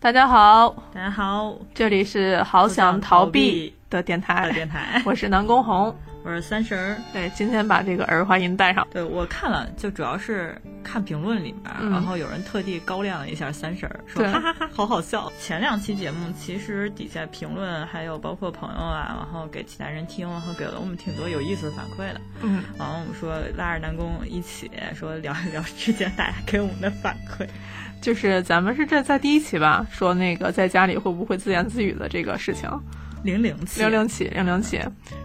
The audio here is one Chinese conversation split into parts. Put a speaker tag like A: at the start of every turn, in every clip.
A: 大家好，
B: 大家好，
A: 这里是好想逃避的电
B: 大
A: 台，
B: 电台，
A: 我是南宫红。
B: 我是三十儿。
A: 对，今天把这个儿化音带上。
B: 对我看了，就主要是看评论里面，
A: 嗯
B: 然后有人特地高亮了一下三十儿，说
A: 对
B: 哈哈哈，好好笑。前两期节目其实底下评论还有包括朋友啊，然后给其他人听，然后给了我们挺多有意思的反馈的。
A: 嗯，
B: 然后我们说拉着南宫一起说聊一聊之前大家给我们的反馈。
A: 就是咱们是这在第一期吧，说那个在家里会不会自言自语的这个事情，
B: 零零七
A: 零零起零零起，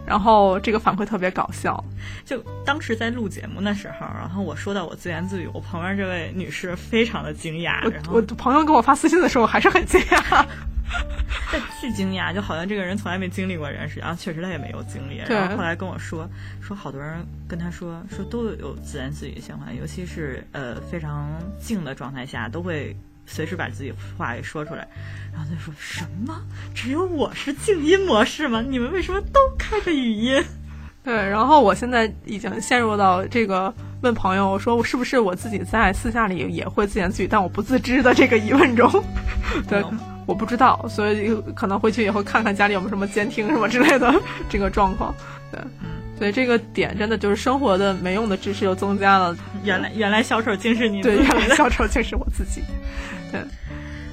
A: 然后这个反馈特别搞笑，
B: 就当时在录节目的时候，然后我说到我自言自语，我旁边这位女士非常的惊讶，然
A: 我
B: 后
A: 我朋友给我发私信的时候，我还是很惊讶。
B: 但巨惊讶，就好像这个人从来没经历过人事，然后确实他也没有经历。
A: 对
B: 然后后来跟我说，说好多人跟他说，说都有自言自语的想法，尤其是呃非常静的状态下，都会随时把自己话给说出来。然后他就说什么？只有我是静音模式吗？你们为什么都开着语音？
A: 对，然后我现在已经陷入到这个问朋友，我说我是不是我自己在私下里也会自言自语，但我不自知的这个疑问中， 对，我不知道，所以可能回去以后看看家里有没有什么监听什么之类的这个状况。对，
B: 嗯
A: 所以这个点真的就是生活的没用的知识又增加了。
B: 原来原来小丑竟是你
A: 对，
B: 自
A: 原
B: 己
A: 来小丑竟是我自己。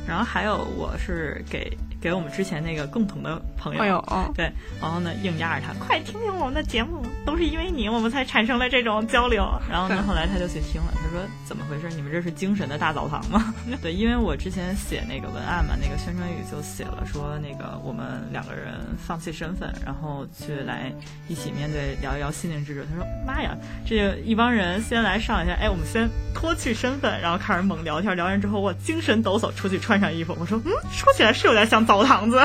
B: 然后还有我是给给我们之前那个共同的朋友，
A: 哎呦，哦，
B: 对，然后呢硬压着他，快听听我们的节目，都是因为你我们才产生了这种交流。然后呢，
A: 对
B: 后来他就去听了，他说怎么回事？你们这是精神的大澡堂吗？ 对，因为我之前写那个文案嘛，那个宣传语就写了说那个我们两个人放弃身份，然后去来一起面对聊一聊心灵之旅。他说妈呀，这一帮人先来上一下，哎，我们先脱去身份，然后开始猛聊天。聊完之后，我精神抖擞，出去穿上衣服。我说嗯，说起来是有点像澡堂子。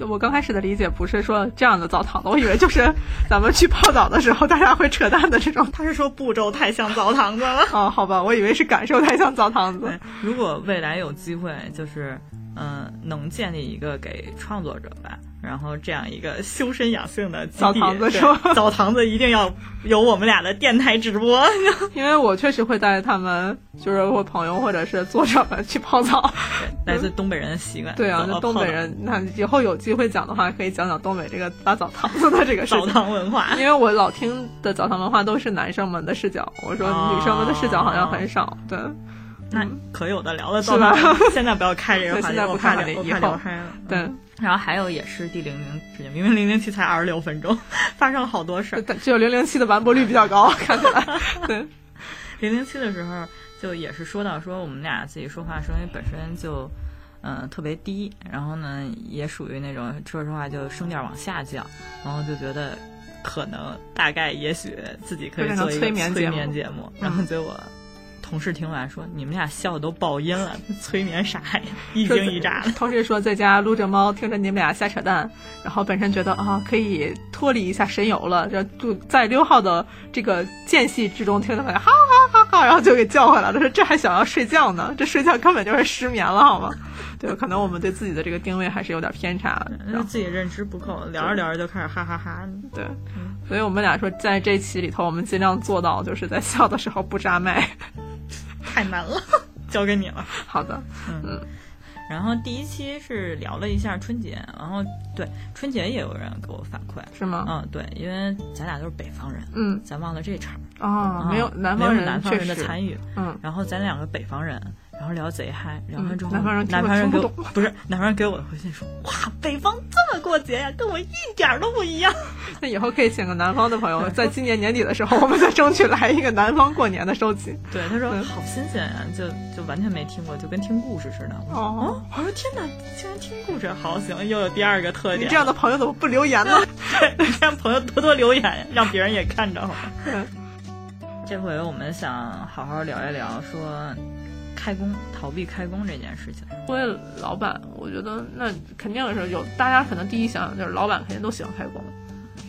A: 我刚开始的理解不是说这样的澡堂子，我以为就是咱们去泡澡的时候大家会扯淡的这种。
B: 他是说步骤太像澡堂子了。
A: 哦，好吧，我以为是感受太像澡堂子
B: 对。，如果未来有机会，就是嗯、呃能建立一个给创作者吧，然后这样一个修身养性的基地
A: 澡堂子
B: 对
A: 是吧
B: 澡堂子一 定要有我们俩的电台直播。
A: 因为我确实会带他们，就是我朋友或者是作者们去泡澡。
B: 来自东北人的习惯，
A: 对啊，
B: 走
A: 就东北人，那以后有机会讲的话，可以讲讲东北这个拉澡堂子的这嗯个事
B: 澡
A: 情。
B: 堂文化。
A: 因为我老听的澡堂文化都是男生们的视角，我说
B: 哦
A: 女生们的视角好像很少。对，
B: 那可有的聊了，
A: 是吧
B: 澡堂 现在不要开这个
A: 对
B: 话题，
A: 现在不
B: 我怕
A: 开话题
B: 聊，我
A: 以
B: 怕
A: 后
B: 聊嗨了。
A: 对，
B: 然后还有也是第零零，明明零零七才二十六分钟， 发生了好多事儿
A: 就。感只有零零七的完播率比较高，看起来。对，
B: 零零七的时候，就也是说到说我们俩自己说话声音本身就，嗯、特别低，然后呢，也属于那种说实话就声调往下降，然后就觉得可能大概也许自己可以做一个
A: 变成催
B: 催
A: 眠
B: 眠节目，嗯然后结果。同事听完说：“你们俩笑的都爆音了，催眠啥呀？一惊一乍的。
A: 同事说在家撸着猫，听着你们俩瞎扯淡，然后本身觉得啊可以脱离一下神游了，就就在溜号的这个间隙之中听他们哈哈哈哈，然后就给叫回来了，说这还想要睡觉呢，这睡觉根本就是失眠了好吗？对，可能我们对自己的这个定位还是有点偏差。”然
B: 就
A: 后
B: 自己认知不够，聊着聊着就开始哈哈哈。
A: 对，所以我们俩说在这期里头，我们尽量做到就是在笑的时候不扎麦。
B: 太难 了，交给你了。
A: 好的，
B: 然后第一期是聊了一下春节，然后对春节也有人给我反馈，
A: 是吗？
B: 嗯，对，因为咱俩都是北方人，
A: 嗯
B: 咱忘了这茬儿，
A: 啊，没有
B: 啊
A: 南
B: 没
A: 方
B: 有
A: 人
B: 南方
A: 确
B: 人的
A: 实，
B: 参与，
A: 嗯，
B: 然后咱两个北方人，然后聊贼嗨，聊完之后，
A: 嗯南方人听
B: 南方人
A: 不
B: 给
A: 懂
B: 我不是南方人给我的回信说，哇，北方这么过节呀、跟我一点儿都不一样。
A: 那以后可以请个南方的朋友，在今年年底的时候，我们再争取来一个南方过年的收集。
B: 对，他说
A: 嗯
B: 好新鲜啊，就就完全没听过，就跟听故事似的。我说
A: 哦，
B: 哦，我说天哪，竟然听故事，好行，又有第二个特
A: 你
B: 点
A: 这。样的朋友怎么不留言呢？
B: 让朋友多多留言，让别人也看着。
A: 嗯
B: 这回我们想好好聊一聊，说开工逃避开工这件事情。
A: 作为老板，我觉得那肯定是有，大家可能第一想想就是老板肯定都喜欢开工，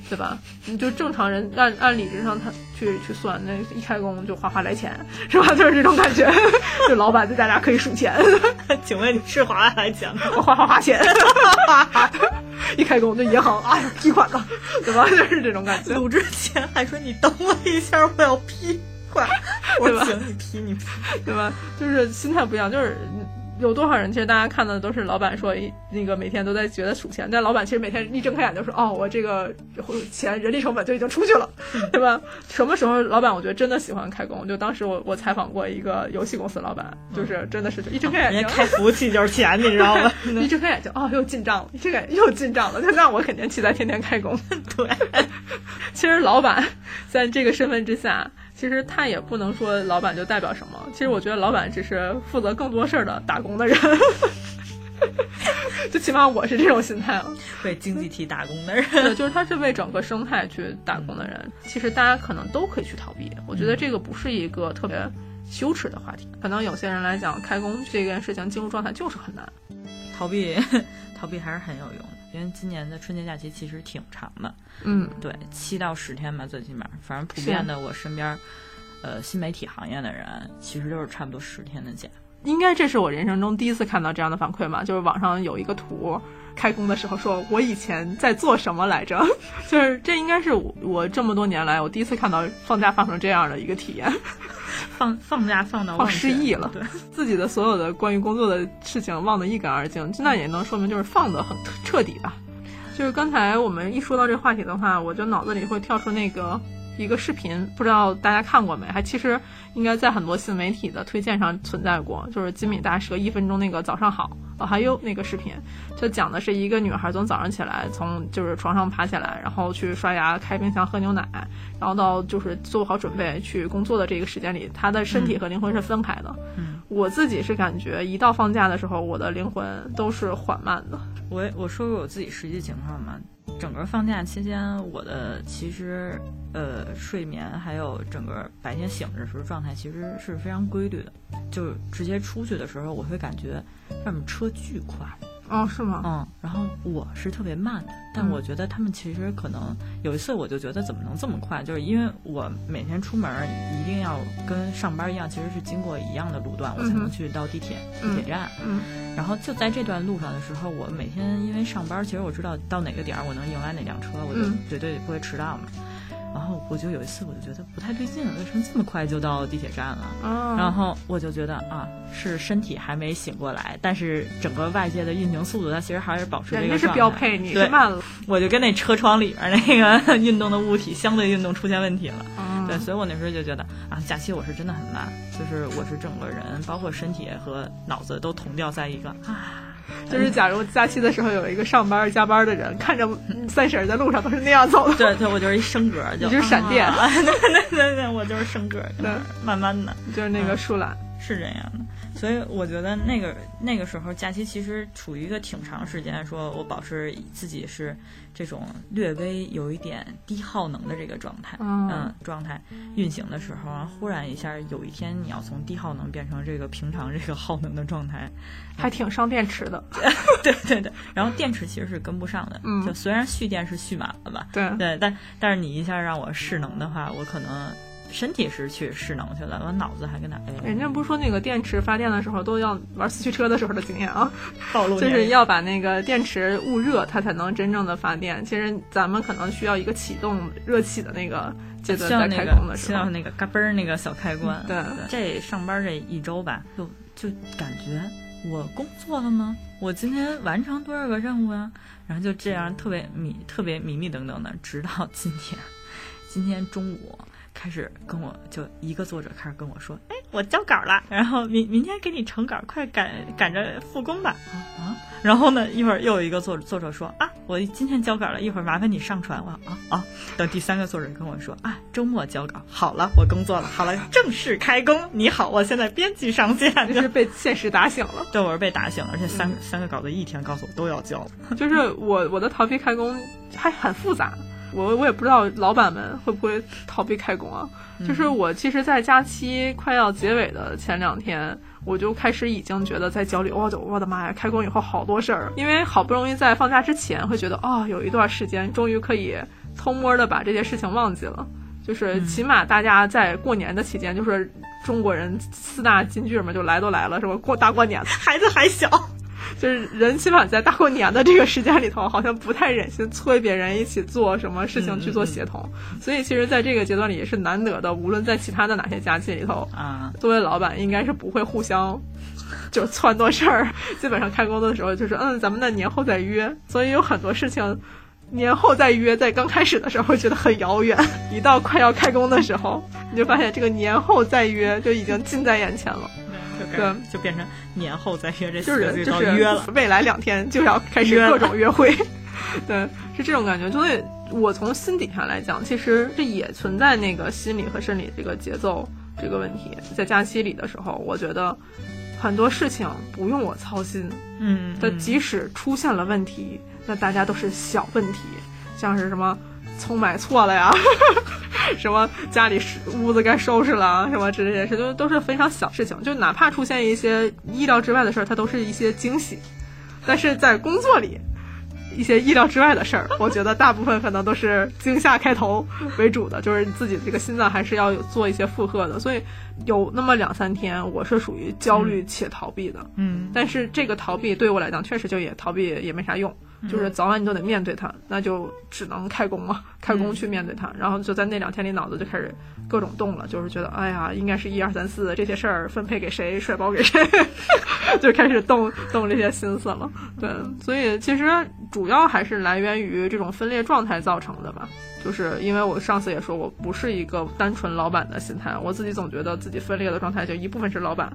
A: 对吧？你就正常人按按理智上他去去算，那一开工就哗哗来钱，是吧？ 就是这种感觉，就老板对大家可以数钱，
B: 请问你是华安来讲的？
A: 我哗哗花钱， 一开工就银行哎呀批款了，对吧？ 就是这种感觉。
B: 录之前还说你等我一下，我要批款。我
A: 对吧
B: 说请你批，你批。
A: 对吧？就是心态不一样，就是嗯有多少人？其实大家看到的都是老板说一那个每天都在觉得数钱，但老板其实每天一睁开眼就说：“哦，我这个钱人力成本就已经出去了，对吧？”什么时候老板我觉得真的喜欢开工？就当时我我采访过一个游戏公司老板，就是真的是一睁开眼睛，
B: 人家开服务器就是钱，你知道吗？
A: 一睁开眼睛哦又进账了，一睁开又进账了，那那我肯定期待天天开工。
B: 对，
A: 其实老板在这个身份之下。其实他也不能说老板就代表什么，其实我觉得老板只是负责更多事儿的打工的人， 就起码我是这种心态了。
B: 为经济体打工的人，
A: 对，就是他是为整个生态去打工的人。其实大家可能都可以去逃避，我觉得这个不是一个特别羞耻的话题。可能有些人来讲，开工这件事情进入状态就是很难，
B: 逃避 逃避还是很有用的。因为今年的春节假期其实挺长的，
A: 嗯，
B: 对，七到十天吧，最起码，反正普遍的我身边，呃，新媒体行业的人其实都是差不多十天的假。
A: 应该这是我人生中第一次看到这样的反馈嘛，就是网上有一个图，开工的时候说我以前在做什么来着， 就是这应该是我我这么多年来我第一次看到放假放成这样的一个体验。
B: 放放假放到
A: 放失忆了，
B: 对，
A: 自己的所有的关于工作的事情忘得一干二净，那也能说明就是放得很彻底吧。就是刚才我们一说到这话题的话，我就脑子里会跳出那个一个视频，不知道大家看过没？还其实应该在很多新媒体的推荐上存在过，就是金米大蛇一分钟那个早上好哦，还有那个视频，就讲的是一个女孩从早上起来，从就是床上爬起来，然后去刷牙、开冰箱、喝牛奶，然后到就是做好准备去工作的这个时间里，她的身体和灵魂是分开的。
B: 嗯，
A: 我自己是感觉一到放假的时候，我的灵魂都是缓慢的。
B: 我我说过我自己实际情况嘛，整个放假期间，我的其实呃睡眠还有整个白天醒着的时候状态其实是非常规律的，就直接出去的时候，我会感觉上面车巨快，
A: 哦，是吗？
B: 嗯，然后我是特别慢的，但
A: 嗯
B: 我觉得他们其实可能有一次我就觉得怎么能这么快，就是因为我每天出门儿一定要跟上班一样，其实是经过一样的路段，我才
A: 嗯哼
B: 能去到地铁、地铁站。
A: 嗯
B: 然后就在这段路上的时候，我每天因为上班，其实我知道到哪个点儿我能迎来哪辆车，我就
A: 嗯
B: 绝对不会迟到嘛。然后我就有一次我就觉得不太对劲，为什么这么快就到地铁站了？
A: 啊，
B: 然后我就觉得啊，是身体还没醒过来，但是整个外界的运行速度，它其实还是保持这个
A: 人家是
B: 状态
A: 标配，你是
B: 对
A: 慢了。
B: 我就跟那车窗里边那个运动的物体相对运动出现问题了。
A: 嗯
B: 对，所以我那时候就觉得啊，假期我是真的很慢，就是我是整个人，包括身体和脑子都同调在一个啊，
A: 就是假如假期的时候有一个上班加班的人，看着嗯三婶儿在路上都是那样走的，
B: 对对，我就是一升格儿，就
A: 你就是闪电
B: 啊 对对对，我就是升格儿，就
A: 对
B: 是慢慢的。
A: 就是那个树懒。
B: 是这样的，所以我觉得那个那个时候假期其实处于一个挺长时间，说我保持自己是这种略微有一点低耗能的这个状态，
A: 嗯
B: 嗯，状态运行的时候，然后忽然一下有一天你要从低耗能变成这个平常这个耗能的状态，
A: 还挺伤电池的，
B: 对对对，然后电池其实是跟不上的，
A: 嗯
B: 就虽然蓄电是蓄满了吧，
A: 对，
B: 对，但但是你一下让我势能的话，我可能身体是去势能去了，我脑子还跟那哎，
A: 人家不是说那个电池发电的时候都要玩四驱车的时候的经验啊，
B: 暴露
A: 就
B: 年
A: 是
B: 龄
A: 要把那个电池捂热，它才能真正的发电。其实咱们可能需要一个启动热气的那个阶段，在
B: 像那
A: 开
B: 个
A: 工的时候
B: 像，那个嘎嘣儿那个小开关。
A: 对
B: 这上班这一周吧，就就感觉我工作了吗？我今天完成多少个任务啊？然后就这样特别迷特别迷迷瞪瞪的，直到今天，今天中午。开始跟我就一个作者开始跟我说，哎，我交稿了， 然后明明天给你成稿，快赶赶着复工吧。啊，然后呢，一会儿又有一个作作者说啊，我今天交稿了，一会儿麻烦你上传。我啊啊，等第三个作者跟我说啊，周末交稿，好了，我工作了，好了，正式开工。你好，我现在编辑上线。
A: 就是被现实打醒了。
B: 对，我是被打醒了，而且三个、三个稿子一天告诉我都要交。
A: 就是我我的逃避开工还很复杂，我我也不知道老板们会不会逃避开工啊。就是我其实，在假期快要结尾的前两天，我就开始已经觉得在焦虑，我的我的妈呀，开工以后好多事儿，因为好不容易在放假之前会觉得哦，有一段时间终于可以偷摸的把这些事情忘记了。就是
B: 嗯
A: 起码大家在过年的期间，就是中国人四大金句嘛，就来都来了，是吧？过大过年的
B: 孩子还小，
A: 就是人起码在大过年的这个时间里头，好像不太忍心催别人一起做什么事情去做协同，所以其实在这个阶段里也是难得的。无论在其他的哪些假期里头，
B: 啊，
A: 作为老板应该是不会互相就撺掇事儿。基本上开工的时候就说，嗯，咱们那年后再约。所以有很多事情年后再约，在刚开始的时候觉得很遥远，一到快要开工的时候，你就发现这个年后再约就已经近在眼前了。
B: 就改就变成年后再约
A: 就
B: 这四个字
A: 是就
B: 到
A: 是
B: 约了，
A: 未来两天就要开始
B: 约了
A: 各种约 会，对，是这种感觉。所以，我从心底上来讲，其实这也存在那个心理和生理这个节奏这个问题。在假期里的时候，我觉得很多事情不用我操心，
B: 嗯，
A: 但
B: 嗯
A: 即使出现了问题，那大家都是小问题，像是什么葱买错了呀， 什么家里是屋子该收拾了啊，什么之类的事，都都是非常小事情。就哪怕出现一些意料之外的事儿，它都是一些惊喜。但是在工作里，一些意料之外的事儿，我觉得大部分可能都是惊吓开头为主的，就是自己这个心脏还是要有做一些负荷的。所以有那么两三天，我是属于焦虑且逃避的。
B: 嗯
A: 但是这个逃避对我来讲，确实就也逃避也没啥用，
B: 嗯
A: 就是早晚你都得面对它，那就只能开工嘛，开工去面对它。然后就在那两天里，脑子就开始各种动了，就是觉得哎呀，应该是一二三四这些事儿分配给谁，甩包给谁， 就开始动动这些心思了。对，所以其实主要还是来源于这种分裂状态造成的吧。就是因为我上次也说，我不是一个单纯老板的心态，我自己总觉得自己分裂的状态就一部分是老板，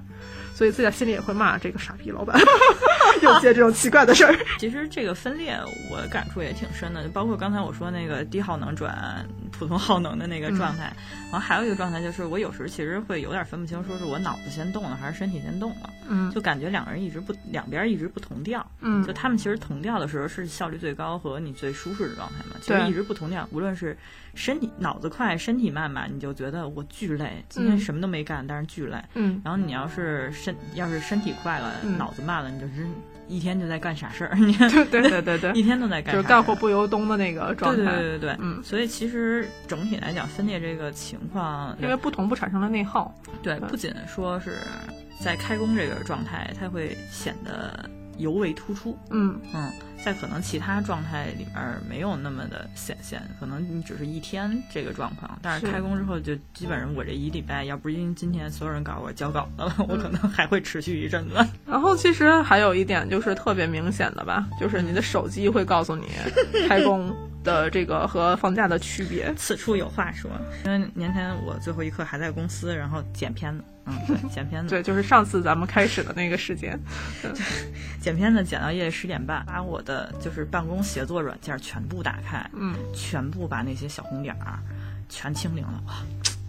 A: 所以自己在心里也会骂这个傻逼老板， 又接这种奇怪的事儿。
B: 其实这个分裂我感触也挺深的，就包括刚才我说那个低耗能转普通耗能的那个状态，
A: 嗯
B: 然后还有一个状态就是我有时其实会有点分不清，说是我脑子先动了还是身体先动了，
A: 嗯
B: 就感觉两个人一直不两边一直不同调，
A: 嗯
B: 就他们其实同调的时候是效率最高和你最舒适的状态嘛，其实
A: 对
B: 一直不同调，无论是身体脑子快身体慢吧，你就觉得我巨累，今天
A: 嗯
B: 什么都没干，但是巨累，
A: 嗯，
B: 然后你要是身要是身体快了，
A: 嗯
B: 脑子慢了，你就是一天就在干傻事 儿，你看
A: 对对对对对，
B: 一天都在干
A: 就是
B: 傻事儿
A: 干活不由东的那个状
B: 对对对
A: 态。
B: 对对。
A: 嗯，
B: 所以其实整体来讲，分裂这个情况，呃
A: 因为不同步产生了内耗。
B: 对，不仅说是在开工这个状态，它会显得尤为突出。
A: 嗯
B: 嗯，在可能其他状态里面没有那么的显现，可能你只是一天这个状况，但是
A: 是
B: 开工之后就基本上我这一礼拜，要不是因为今天所有人搞我交稿子了，
A: 嗯
B: 我可能还会持续一阵子。
A: 然后其实还有一点就是特别明显的吧，就是你的手机会告 诉你开工的这个和放假的区别。
B: 此处有话说，因为年前我最后一刻还在公司，然后剪片子，嗯，对，剪片子，
A: 对，就是上次咱们开始的那个时间。
B: 剪片子剪到夜里十点半，把我的就是办公协作软件全部打开，
A: 嗯，
B: 全部把那些小红点儿全清零了，哇，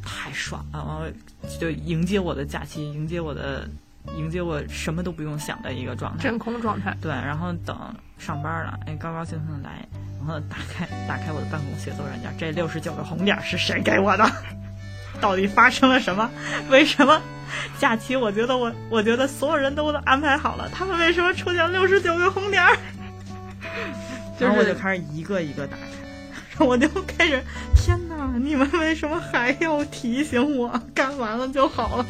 B: 太爽了！完了就迎接我的假期，迎接我的，迎接我什么都不用想的一个状态。
A: 真空状态。
B: 对，然后等上班了，哎，高高兴兴地来，然后打开打开我的办公协作软件，这六十九个红点儿是谁给我的？ 到底发生了什么？为什么假期？我觉得我我觉得所有人都都安排好了，他们为什么出现六十九个红点儿？
A: 就是
B: 然后我就开始一个一个打开，然 后我就开始，天哪！你们为什么还要提醒我？干完了就好了。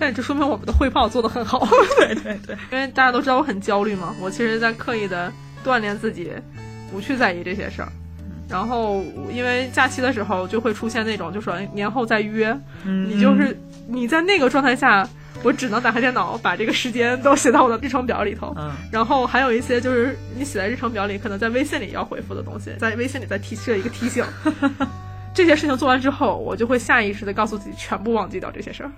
A: 但这说明我们的汇报做得很好。
B: 对对对，
A: 因为大家都知道我很焦虑嘛，我其实在刻意的锻炼自己，不去在意这些事儿。然后，因为假期的时候就会出现那种，就说年后再约，
B: 嗯
A: 你就是你在那个状态下，我只能打开电脑，把这个时间都写到我的日程表里头。
B: 嗯，
A: 然后还有一些就是你写在日程表里，可能在微信里要回复的东西，在微信里再提设一个提醒。这些事情做完之后，我就会下意识的告诉自己全部忘记掉这些事儿。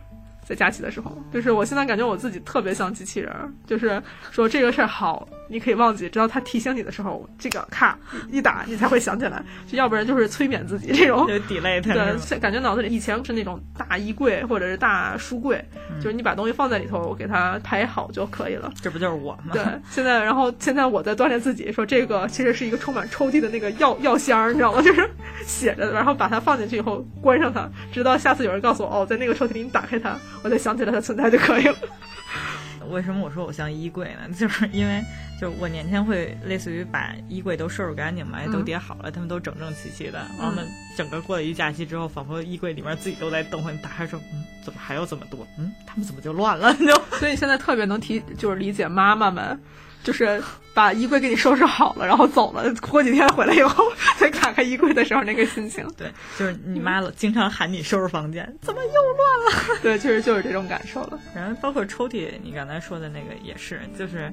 A: 在假期的时候，就是我现在感觉我自己特别像机器人儿，就是说这个事儿好，你可以忘记，直到他提醒你的时候，这个咔一打你才会想起来，就要不然就是催眠自己这种
B: 就。delay 它是
A: 对
B: 吗，
A: 现感觉脑子里以前是那种大衣柜或者是大书柜，就是你把东西放在里头，给它排好就可以了。
B: 这不就是我 吗？
A: 对，现在然后现在我在锻炼自己，说这个其实是一个充满抽屉的那个药药箱儿，你知道吗？就是写着的，然后把它放进去以后关上它，直到下次有人告诉我哦，在那个抽屉里你打开它，我再想起来它的存在就可以了。
B: 为什么我说我像衣柜呢？ 就是因为就是我年前会类似于把衣柜都收拾干净嘛，
A: 嗯
B: 都叠好了，他们都整整齐齐的。然后呢，整个过了一假期之后，仿佛衣柜里面自己都在动换。你打开说，嗯，怎么还有这么多？嗯，他们怎么就乱了？就
A: 所以现在特别能提，就是理解妈妈们，就是把衣柜给你收拾好了，然后走了。过几天回来以后，再打开衣柜的时候那个心情，
B: 对，就是你妈老经常喊你收拾房间，怎么又乱了？
A: 对，确实就是这种感受了。
B: 然后包括抽屉，你刚才说的那个也是，就是。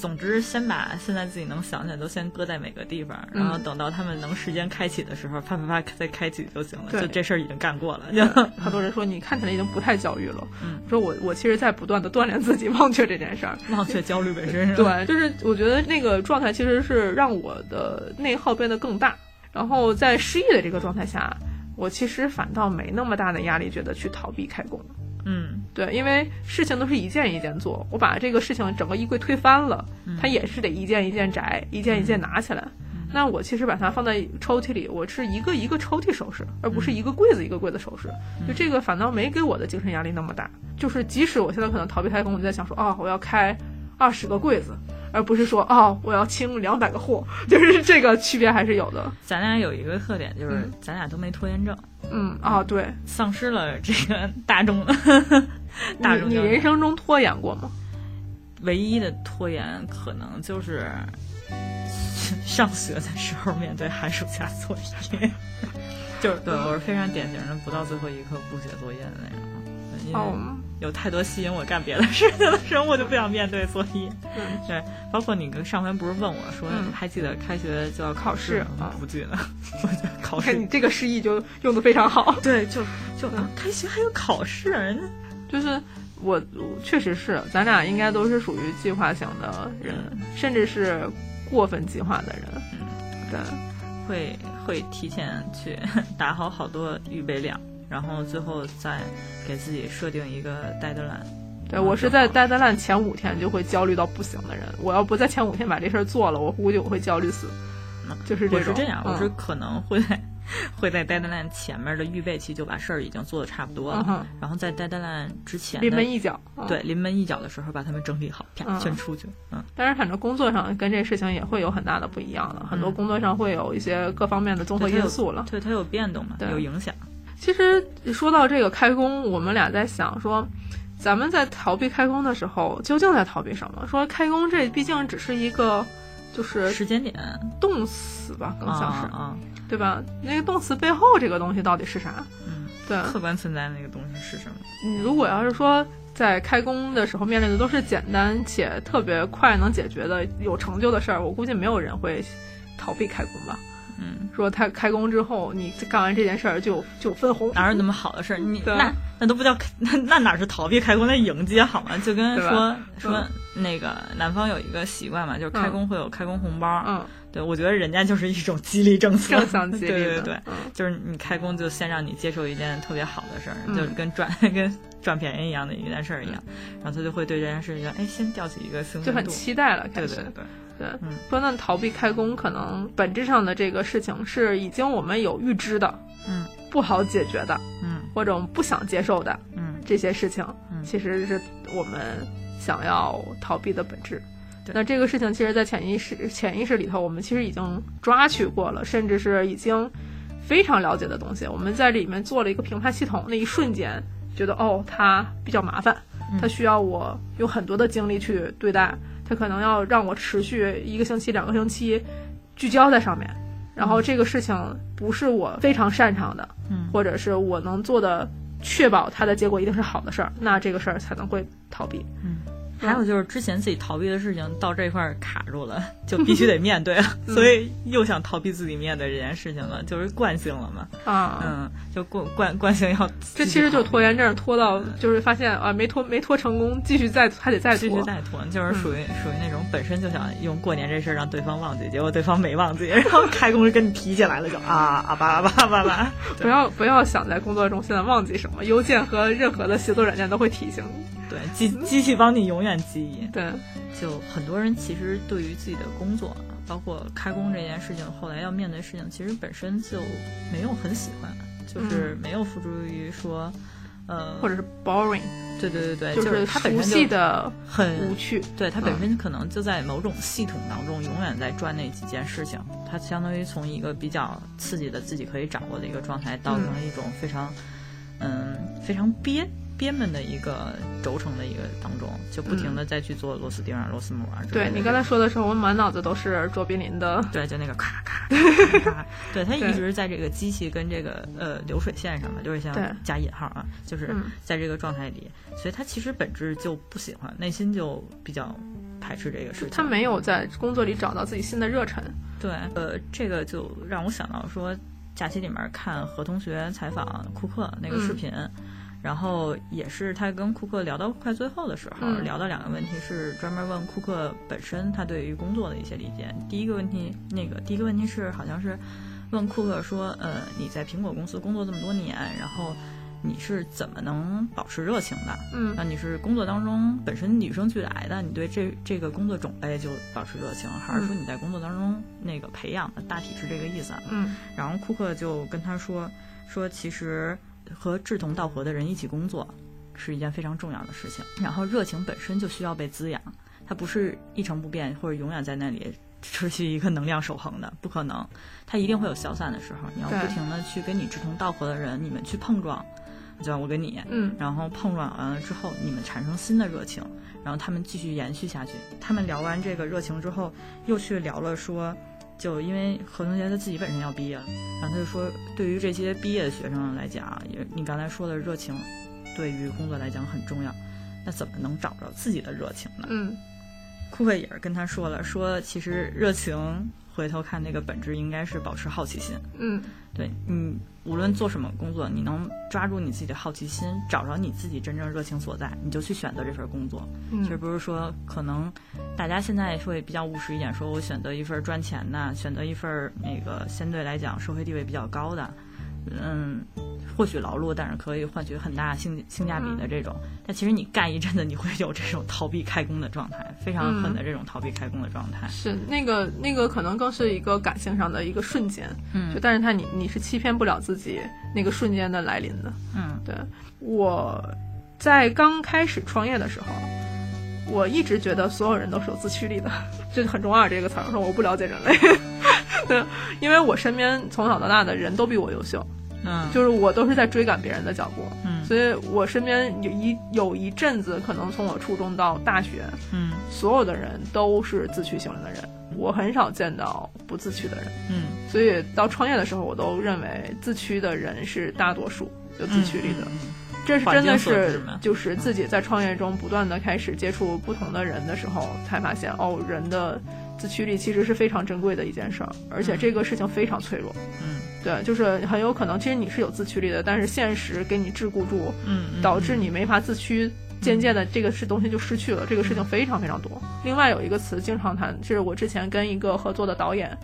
B: 总之，先把现在自己能想起来都先搁在每个地方，然后
A: 嗯
B: 等到他们能时间开启的时候，啪啪啪再开启就行了。
A: 对嗯
B: 就这事儿已经干过了，就
A: 很多人说你看起来已经不太焦虑了，
B: 嗯
A: 我说我我其实在不断的锻炼自己忘却这件事儿。
B: 忘却焦虑本身是吧？
A: 对，就是我觉得那个状态其实是让我的内耗变得更大，然后在失忆的这个状态下，我其实反倒没那么大的压力，觉得去逃避开工。
B: 嗯，
A: 对，因为事情都是一件一件做，我把这个事情整个衣柜推翻了，
B: 嗯
A: 它也是得一件一件摘，一件一件拿起来。那我其实把它放在抽屉里，我是一个一个抽屉收拾，而不是一个柜子一个柜子收拾。
B: 嗯
A: 就这个反倒没给我的精神压力那么大。就是即使我现在可能逃避开工，我就在想说，哦，我要开二十个柜子，而不是说，哦，我要清两百个货，就是这个区别还是有 的。
B: 咱俩有一个特点就是
A: 嗯
B: 咱俩都没拖延症，
A: 嗯，啊、对，
B: 丧失了这个 大众 大众
A: 你你
B: 焦虑
A: 人生中拖延过吗？
B: 唯一的拖延可能就是 上学的时候面对寒暑假作业， 就是对我是非常典型的不到最后一刻不写作业的那种。对因
A: 哦
B: 为，有太多吸引我干别的事情的时候，我就不想面对作业。
A: 嗯
B: 对，包括你上回不是问我说，
A: 嗯
B: 还记得开学就要考
A: 试
B: 试吗？
A: 啊
B: 我不记得， 我觉得考
A: 我看
B: 试
A: 你这个诗意就用的非常好。
B: 对，就就、啊
A: 嗯
B: 开学还有考试，啊人家
A: 就是我我确实是，咱俩应该都是属于计划型的人，甚至是过分计划的人。
B: 嗯
A: 对，
B: 会会提前去 打好好多预备量，然后最后再给自己设定一个 deadline。
A: 对我是在 deadline 前五天就会焦虑到不行的人，我要不在前五天把这事儿做了，我估计我会焦虑死。就是
B: 我
A: 这
B: 是
A: 种，
B: 这样，
A: 嗯
B: 我是可能会在会在 deadline 前面的预备期就把事儿已经做的差不多
A: 嗯
B: 了，
A: 哼，
B: 然后在 deadline 之前
A: 临
B: 的
A: 门一脚。嗯
B: 对，临门一脚的时候把它们整理好，
A: 嗯
B: 啪全出去。嗯，
A: 但是反正工作上跟这事情也会有很大的不一样的，很多
B: 嗯
A: 工作上会有一些各方面的综合
B: 对它
A: 因
B: 有
A: 素了。
B: 对，它有变动嘛，
A: 啊对
B: 有影响。
A: 其实说到这个开工，我们俩在想说，咱们在逃避开工的时候，究竟在逃避什么？说开工这毕竟只是一个，就是
B: 时间点
A: 动词吧，更像是，
B: 啊，
A: 对吧？那个动词背后这个东西到底是啥？
B: 啊嗯，
A: 对，
B: 客观存在的那个东西是什么？
A: 你如果要是说在开工的时候面临的都是简单且特别快能解决的、有成就的事儿，我估计没有人会逃避开工吧。
B: 嗯，
A: 说他开工之后，你干完这件事儿就有就有分红，
B: 哪有那么好的事儿？你
A: 对啊
B: 那那都不叫那那哪是逃避开工，那迎接好吗？就跟
A: 对吧嗯
B: 说说那个南方有一个习惯嘛，就是开工会有开工红包。
A: 嗯，
B: 对，我觉得人家就是一种激励 政策，
A: 正 向激励的，
B: 对对对，
A: 嗯。
B: 就是你开工就先让你接受一件特别好的事儿，
A: 嗯
B: 就是跟赚 跟赚便宜一样的一件事儿一样，然后他就会对这件事情，哎，先吊起一个兴
A: 就
B: 奋
A: 很
B: 度。
A: 期待了，
B: 对
A: 开始
B: 对对，
A: 对
B: 嗯
A: 说那逃避开工，可能本质上的这个事情是已经我们有预知的，
B: 嗯，
A: 不好解决的，
B: 嗯
A: 或者我们不想接受的
B: 嗯
A: 这些事情，
B: 嗯
A: 其实是我们想要逃避的本质。
B: 对
A: 那这个事情，其实，在潜意识潜意识里头，我们其实已经抓取过了，甚至是已经非常了解的东西。我们在里面做了一个评判系统，那一瞬间觉得，哦，它比较麻烦，
B: 嗯
A: 它需要我有很多的精力去对待，它可能要让我持续一个星期、两个星期聚焦在上面。然后这个事情不是我非常擅长的，
B: 嗯
A: 或者是我能做的，确保它的结果一定是好的事儿，那这个事儿才能会逃避。
B: 嗯。还有就是之前自己逃避的事情到这块儿卡住了， 就必须得 面对了，
A: 嗯
B: 所以又想逃避自己面对这件事情了，就是惯性了嘛。
A: 啊，
B: 嗯，就惯惯惯性要
A: 这
B: 继
A: 其
B: 续
A: 实就是
B: 逃
A: 拖延症，拖到就是发现啊没拖没拖成功，继续再还得再
B: 继续
A: 拖。
B: 再拖，嗯就是属于、属于那种本身就想用过年这事儿让对方忘记，结果对方没忘记，然后开工就跟你提起来了，就啊啊吧啊吧啊吧啊吧，
A: 不要不要想在工作中现在忘记什么，邮件和任何的协作软件都会提醒你。
B: 对，机机器帮你永远记忆。
A: 对，
B: 就很多人其实对于自己的工作，啊包括开工这件事情，后来要面对的事情，其实本身就没有很喜欢，就是没有付诸于说，呃，
A: 或者是 boring，
B: 对对对对，
A: 就
B: 呃就是它嗯本
A: 熟悉
B: 身就
A: 的
B: 很
A: 无趣。
B: 对，它本身可能就在某种系统当中，永远在转那几件事情。它相当于从一个比较嗯刺激的自己可以掌握的一个状态，到成一种非常，嗯，非常憋憋闷的一个轴承的一个当中，就不停的再去做螺丝钉啊、螺丝膜啊之类
A: 嗯对
B: 的。
A: 你刚才说的时候，我满脑子都是卓别林的。
B: 对，就那个咔 咔咔咔，对，它一直在这个机器跟这个呃流水线上嘛，就是像
A: 对
B: 加引号啊，就是
A: 嗯
B: 在这个状态里，所以他其实本质就不喜欢，内心就比较排斥这个事情。
A: 他没有在工作里找到自己新的热忱，
B: 对，呃，这个就让我想到说，假期里面看何同学采访库克那个视频，然后也是他跟库克聊到快最后的时候，
A: 嗯
B: 聊到两个问题是专门问库克本身他对于工作的一些理解。第一个问题，那个第一个问题是好像是问库克说，呃，你在苹果公司工作这么多年，然后你是怎么能保持热情的？
A: 嗯
B: 那你是工作当中本身与生俱来的，你对这这个工作种类就保持热情，还是说你在工作当中那个培养的？大体是这个意思啊。
A: 嗯
B: 然后库克就跟他说说，其实和志同道合的人一起工作是一件非常重要的事情。然后热情本身就需要被滋养，它不是一成不变或者永远在那里持续一个能量守恒的，不可能。它一定会有消散的时候，你要
A: 对
B: 不停的去跟你志同道合的人，你们去碰撞，就像我跟你，
A: 嗯，
B: 然后碰撞完了之后，你们产生新的热情，然后他们继续延续下去。他们聊完这个热情之后，又去聊了说，就因为何同学他自己本身要毕业了，然后他就说，对于这些毕业的学生来讲，啊也你刚才说的热情，对于工作来讲很重要，那怎么能找着自己的热情呢？
A: 嗯
B: 库克也是跟他说了，说其实热情回头看那个本质应该是保持好奇心。
A: 嗯
B: 对你无论做什么工作，你能抓住你自己的好奇心，找着你自己真正热情所在，你就去选择这份工作。
A: 嗯，
B: 其实不是说可能大家现在会比较务实一点，说我选择一份赚钱的，选择一份那个相对来讲社会地位比较高的，嗯，或许劳碌，但是可以换取很大性性价比
A: 嗯
B: 的这种。但其实你干一阵子，你会有这种逃避开工的状态，非常
A: 嗯
B: 狠的这种逃避开工的状态。
A: 是那个那个可能更是一个感性上的一个瞬间，
B: 嗯
A: 就但是他你你是欺骗不了自己那个瞬间的来临的。
B: 嗯
A: 对，我在刚开始创业的时候，我一直觉得所有人都是有自驱力的， 这很重要这个词儿。说我不了解人类， 对，因为我身边从小到大的人都比我优秀，
B: 嗯，
A: 就是我都是在追赶别人的脚步，
B: 嗯
A: 所以我身边有一有一阵子，可能从我初中到大学，
B: 嗯
A: 所有的人都是自驱型的人，我很少见到不自驱的人。
B: 嗯
A: 所以到创业的时候，我都认为自驱的人是大多数，有自驱力的。
B: 嗯嗯嗯
A: 这是真的
B: 环境所致
A: 是
B: 嘛，嗯
A: 就是自己在创业中不断的开始接触不同的人的时候，才发现哦，人的自驱力其实是非常珍贵的一件事儿，而且这个事情非常脆弱。
B: 嗯
A: 对，就是很有可能，其实你是有自驱力的，但是现实给你桎梏住，
B: 嗯，嗯
A: 导致你没法自驱。渐渐的，这个是东西就失去了。这个事情非常非常多。另外有一个词经常谈，就是我之前跟一个合作的导演，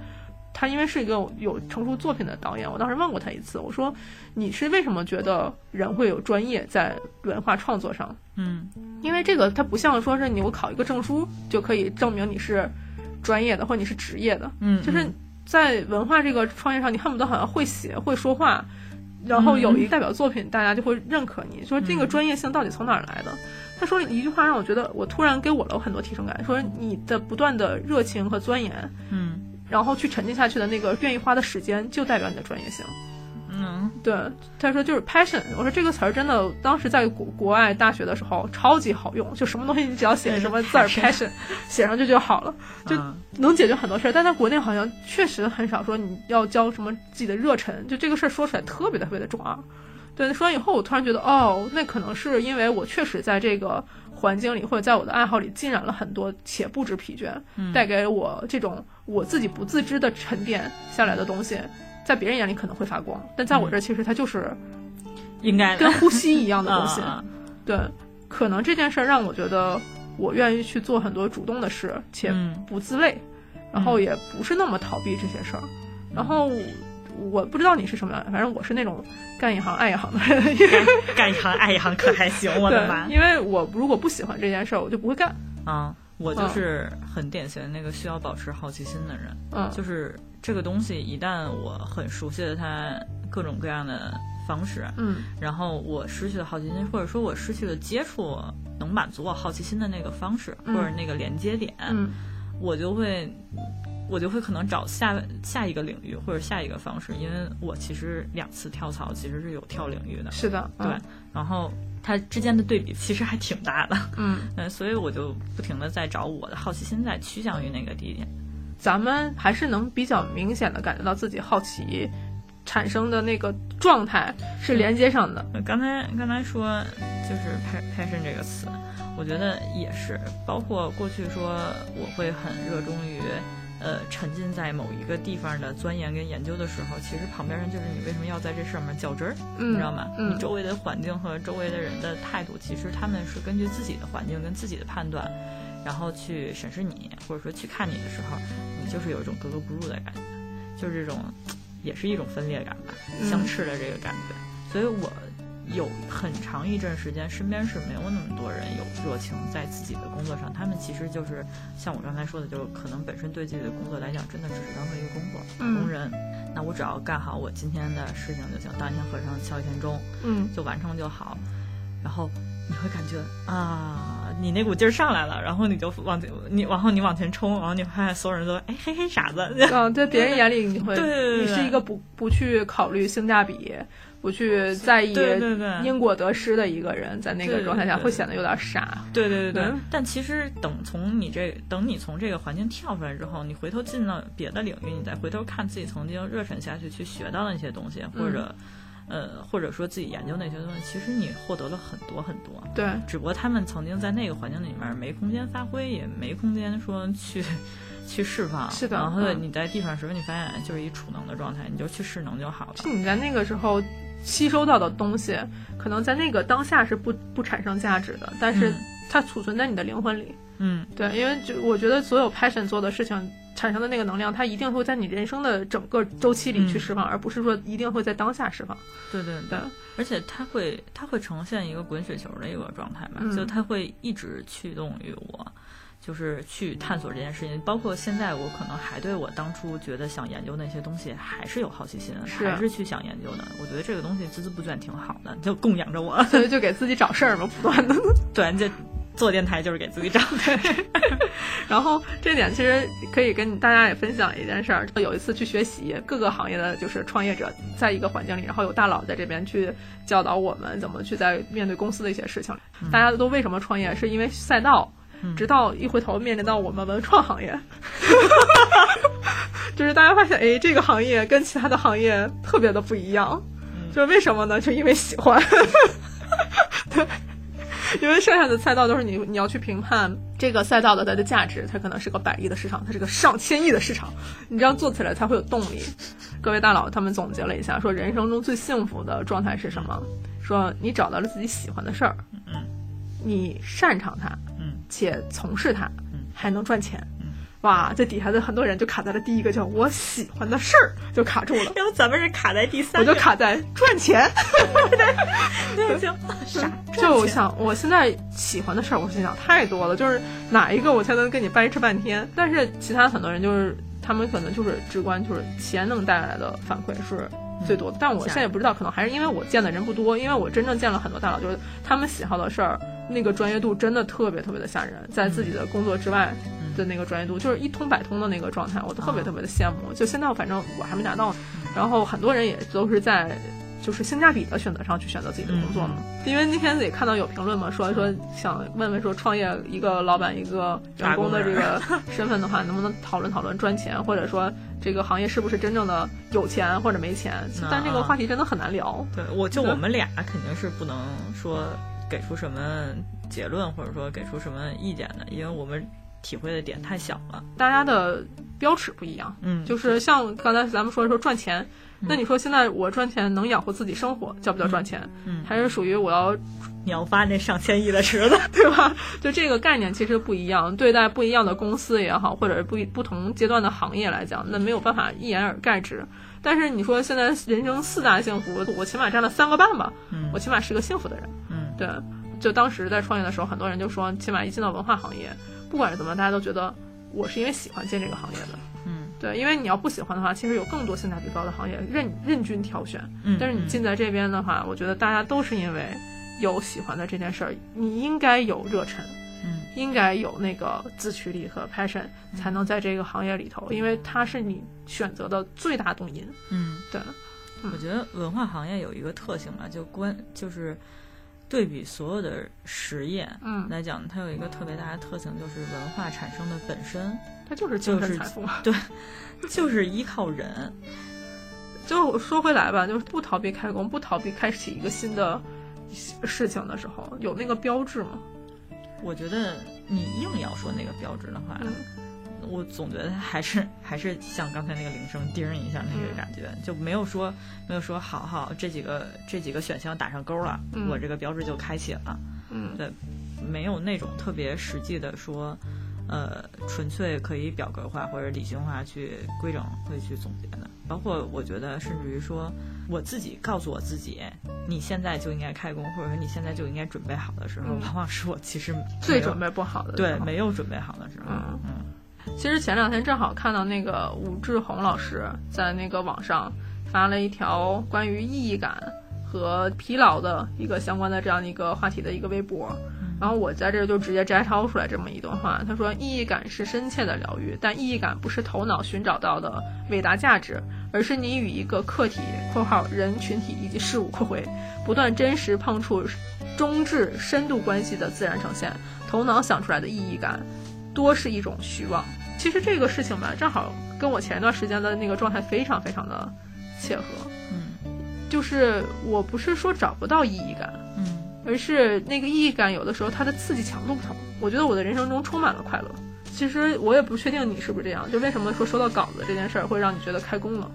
A: 他因为是一个有成熟作品的导演，我当时问过他一次，我说你是为什么觉得人会有专业在文化创作上？
B: 嗯
A: 因为这个它不像说是你我考一个证书就可以证明你是专业的或者你是职业的，
B: 嗯，
A: 就是在文化这个创业上，你恨不得好像会写、会说话，然后有一代表作品，大家就会认可你。说这个专业性到底从哪儿来的？他说了一句话让我觉得，我突然给我了很多提升感。说你的不断的热情和钻研，
B: 嗯
A: 然后去沉浸下去的那个愿意花的时间，就代表你的专业性。
B: 嗯
A: 对，他说就是 passion。我说这个词儿真的，当时在国国外大学的时候超级好用，就什么东西你只要写
B: 对
A: 什么字儿
B: passion
A: passion，写上去就好了。就
B: 嗯
A: 能解决很多事儿，但在国内好像确实很少说你要教什么自己的热忱，就这个事儿说出来特别特别的重要。对，说完以后，我突然觉得，哦，那可能是因为我确实在这个环境里，或者在我的爱好里浸染了很多，且不知疲倦，
B: 嗯
A: 带给我这种我自己不自知的沉淀下来的东西，在别人眼里可能会发光，但在我这儿其实它就是
B: 应该的
A: 跟呼吸一样的东西。
B: 啊
A: 对，可能这件事儿让我觉得我愿意去做很多主动的事，且
B: 嗯
A: 不自累，然后也不是那么逃避这些事儿。然后我不知道你是什么样的，反正我是那种干一行爱一行的人。
B: 干一行爱一行可还行，我的妈
A: 对，！因为我如果不喜欢这件事儿，我就不会干。
B: 啊，我就是很典型的那个需要保持好奇心的人，
A: 嗯，
B: 就是这个东西一旦我很熟悉了它各种各样的方式，
A: 嗯
B: 然后我失去了好奇心，或者说我失去了接触能满足我好奇心的那个方式或
A: 嗯
B: 者那个连接点，
A: 嗯
B: 我就会我就会可能找下下一个领域或者下一个方式，因为我其实两次跳槽其实是有跳领域的，
A: 是的，
B: 对，
A: 嗯
B: 然后它之间的对比其实还挺大的，
A: 嗯，
B: 嗯，所以我就不停的在找我的好奇心在趋向于那个地点，
A: 咱们还是能比较明显的感觉到自己好奇产生的那个状态是连接上的，
B: 呃刚才刚才说就是 pa- passion 这个词，我觉得也是，包括过去说我会很热衷于，呃，沉浸在某一个地方的钻研跟研究的时候，其实旁边人就是你为什么要在这上面较真儿，
A: 嗯，
B: 你知道吗？
A: 嗯
B: 你周围的环境和周围的人的态度，其实他们是根据自己的环境跟自己的判断，然后去审视你，或者说去看你的时候，你就是有一种格格不入的感觉，就是这种，也是一种分裂感吧，
A: 嗯
B: 相斥的这个感觉。所以我有很长一阵时间，身边是没有那么多人有热情在自己的工作上，他们其实就是像我刚才说的，就可能本身对自己的工作来讲，真的只是当做一个工作、
A: 嗯
B: 工人。那我只要干好我今天的事情就行，当一天和尚敲一天钟，
A: 嗯，
B: 就完成就好。然后你会感觉啊，你那股劲儿上来了，然后你就往你往后你往前冲，然后你发现所有人都哎嘿嘿傻子，
A: 嗯，在别人眼里你会，
B: 对对对
A: 你是一个不不去考虑性价比，不去在意
B: 对对对，
A: 因果得失的一个人，在那个
B: 对
A: 状态下
B: 对
A: 会显得有点傻。
B: 对对对对
A: 嗯，
B: 但其实等从你这等你从这个环境跳出来之后，你回头进到别的领域，你再回头看自己曾经热忱下去去学到的那些东西，或者、
A: 嗯
B: 呃或者说自己研究那些东西，其实你获得了很多很多。
A: 对，
B: 只不过他们曾经在那个环境里面没空间发挥，也没空间说去 去释放。
A: 是的
B: 然后
A: 嗯
B: 你在地上时候，你发现就是一储能的状态，你就去势能就好了。
A: 是你在那个时候吸收到的东西，可能在那个当下是不不产生价值的，但是
B: 嗯
A: 它储存在你的灵魂里。
B: 嗯，
A: 对，因为就我觉得所有 passion 做的事情产生的那个能量，它一定会在你人生的整个周期里去
B: 嗯
A: 释放，而不是说一定会在当下释放。
B: 对对
A: 对，
B: 而且它会它会呈现一个滚雪球的一个状态嘛，
A: 嗯
B: 就它会一直驱动于我，就是去探索这件事情。包括现在我可能还对我当初觉得想研究那些东西还是有好奇心，
A: 是
B: 还是去想研究的。我觉得这个东西孜孜不倦挺好的，就供养着我。
A: 所以就给自己找事儿嘛，不断的。
B: 对，这做电台就是给自己找的。
A: 然后这点其实可以跟大家也分享一件事儿。有一次去学习各个行业的就是创业者，在一个环境里，然后有大佬在这边去教导我们怎么去在面对公司的一些事情。大家都为什么创业，是因为赛道。
B: 嗯
A: 直到一回头面临到我们文创行 业，就是大家发现，哎，这个行业跟其他的行业特别的不一样，
B: 嗯
A: 就是为什么呢？就因为喜欢，因为剩下的赛道都是你你要去评判这个赛道的它的价值，它可能是个百亿的市场，它是个上千亿的市场，你这样做起来才会有动力。各位大佬他们总结了一下，说人生中最幸福的状态是什么？说你找到了自己喜欢的事儿，
B: 嗯，
A: 你擅长它，
B: 嗯，
A: 且从事它，
B: 嗯，
A: 还能赚钱，
B: 嗯。
A: 哇，这底下的很多人就卡在了第一个叫我喜欢的事儿，就卡住了。
B: 要不咱们是卡在第三
A: 我
B: 个，
A: 就卡在赚钱，
B: 对就傻，
A: 就我
B: 嗯赚钱
A: 想，我现在喜欢的事儿，我心想太多了，就是哪一个我才能跟你掰扯半天？但是其他很多人就是，他们可能就是直观，就是钱能带来的反馈是最多的。但我现在也不知道，可能还是因为我见的人不多，因为我真正见了很多大佬，就是他们喜好的事儿，那个专业度真的特别特别的吓人，在自己的工作之外
B: 嗯
A: 的那个专业度，就是一通百通的那个状态，我都特别特别的羡慕。就现在，反正我还没拿到，然后很多人也都是在。就是性价比的选择上去选择自己的工作嘛，因为那天也看到有评论嘛，说说想问问说创业一个老板一个员工的这个身份的话，能不能讨论讨论赚钱，或者说这个行业是不是真正的有钱或者没钱？但这个话题真的很难聊。
B: 对，我就我
A: 嗯
B: 们俩肯定是不能说给出什么结论，或者说给出什么意见的，因为我们体会的点太小了。
A: 大家的标尺不一样。
B: 嗯，
A: 就是像刚才咱们说说赚钱，
B: 嗯
A: 那你说现在我赚钱能养活自己生活，叫不叫赚钱？
B: 嗯
A: 还是属于我要
B: 你要发那上千亿的 池子，
A: 对吧？就这个概念其实不一样，对待不一样的公司也好，或者是不一不同阶段的行业来讲，那没有办法一言而概之。但是你说现在人生四大幸福，我起码占了三个半吧，
B: 嗯
A: 我起码是个幸福的人。
B: 嗯
A: 对，就当时在创业的时候，很多人就说，起码一进到文化行业，不管是怎么，大家都觉得我是因为喜欢进这个行业的。
B: 嗯
A: 对，因为你要不喜欢的话，其实有更多性价比高的行业任任君挑选。
B: 嗯，
A: 但是你进在这边的话，我觉得大家都是因为有喜欢的这件事儿，你应该有热忱，
B: 嗯
A: 应该有那个自驱力和 passion，才能在这个行业里头，因为它是你选择的最大动因。
B: 嗯，
A: 对，
B: 我觉得文化行业有一个特性吧，就关就是对比所有的实验
A: 嗯，
B: 来讲，它有一个特别大的特性，就是文化产生的本身
A: 它就是精
B: 就
A: 神
B: 是
A: 财富。
B: 就是依靠人。
A: 就说回来吧，就是不逃避开工，不逃避开启一个新的事情的时候，有那个标志吗？
B: 我觉得你硬要说那个标志的话，
A: 嗯
B: 我总觉得还是还是像刚才那个铃声叮一下
A: 嗯
B: 那个感觉，就没有说没有说好好这几个这几个选项打上勾了，
A: 嗯
B: 我这个标志就开启了，
A: 嗯
B: 没有那种特别实际的说，呃，纯粹可以表格化或者理性化去规整会去总结的。包括我觉得，甚至于说我自己告诉我自己，你现在就应该开工，或者说你现在就应该准备好的时候，
A: 嗯
B: 往往是我其实没有
A: 最准备不好的时
B: 对
A: 候
B: 没有准备好的时候，
A: 嗯
B: 嗯
A: 其实前两天正好看到那个武志红老师在那个网上发了一条关于意义感和疲劳的一个相关的这样的一个话题的一个微博，然后我在这儿就直接摘抄出来这么一段话，他说：“意义感是深切的疗愈，但意义感不是头脑寻找到的伟大价值，而是你与一个客体（括号人群体以及事物（括回）不断真实碰触中至深度关系的自然呈现。头脑想出来的意义感，多是一种虚妄。其实这个事情吧，正好跟我前一段时间的那个状态非常非常的切合。
B: 嗯
A: 就是我不是说找不到意义感，
B: 嗯
A: 而是那个意义感有的时候它的刺激强度不同。我觉得我的人生中充满了快乐。其实我也不确定你是不是这样，就为什么说收到稿子这件事儿会让你觉得开工了？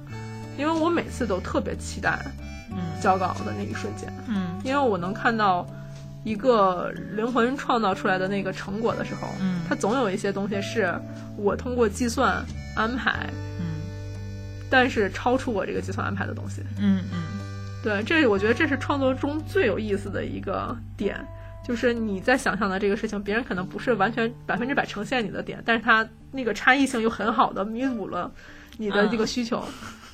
A: 因为我每次都特别期待
B: 嗯
A: 交稿的那一瞬间，
B: 嗯
A: 因为我能看到一个灵魂创造出来的那个成果的时候，
B: 嗯
A: 它总有一些东西是我通过计算安排，
B: 嗯
A: 但是超出我这个计算安排的东西。
B: 嗯嗯
A: 对，这我觉得这是创作中最有意思的一个点，就是你在想象的这个事情，别人可能不是完全百分之百呈现你的点，但是它那个差异性又很好的弥补了你的这个需求。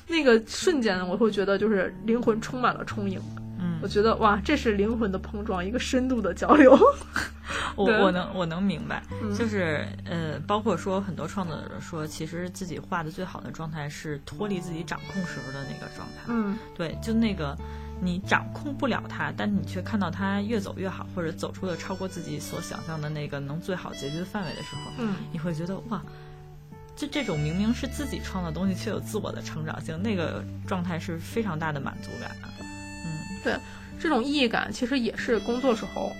A: 那个瞬间，我会觉得就是灵魂充满了充盈。
B: 嗯
A: 我，觉得哇，这是灵魂的碰撞，一个深度的交流。
B: 我
A: 对
B: 我能我能明白，
A: 嗯
B: 就是呃，包括说很多创作者说，其实自己画的最好的状态是脱离自己掌控时候的那个状态。
A: 嗯
B: 对，就那个你掌控不了它，但你却看到它越走越好，或者走出了超过自己所想象的那个能最好结局的范围的时候，
A: 嗯，
B: 你会觉得哇。就这种明明是自己创的东西，却有自我的成长性，那个状态是非常大的满足感的。啊嗯
A: 这种意义感其实也是工作时候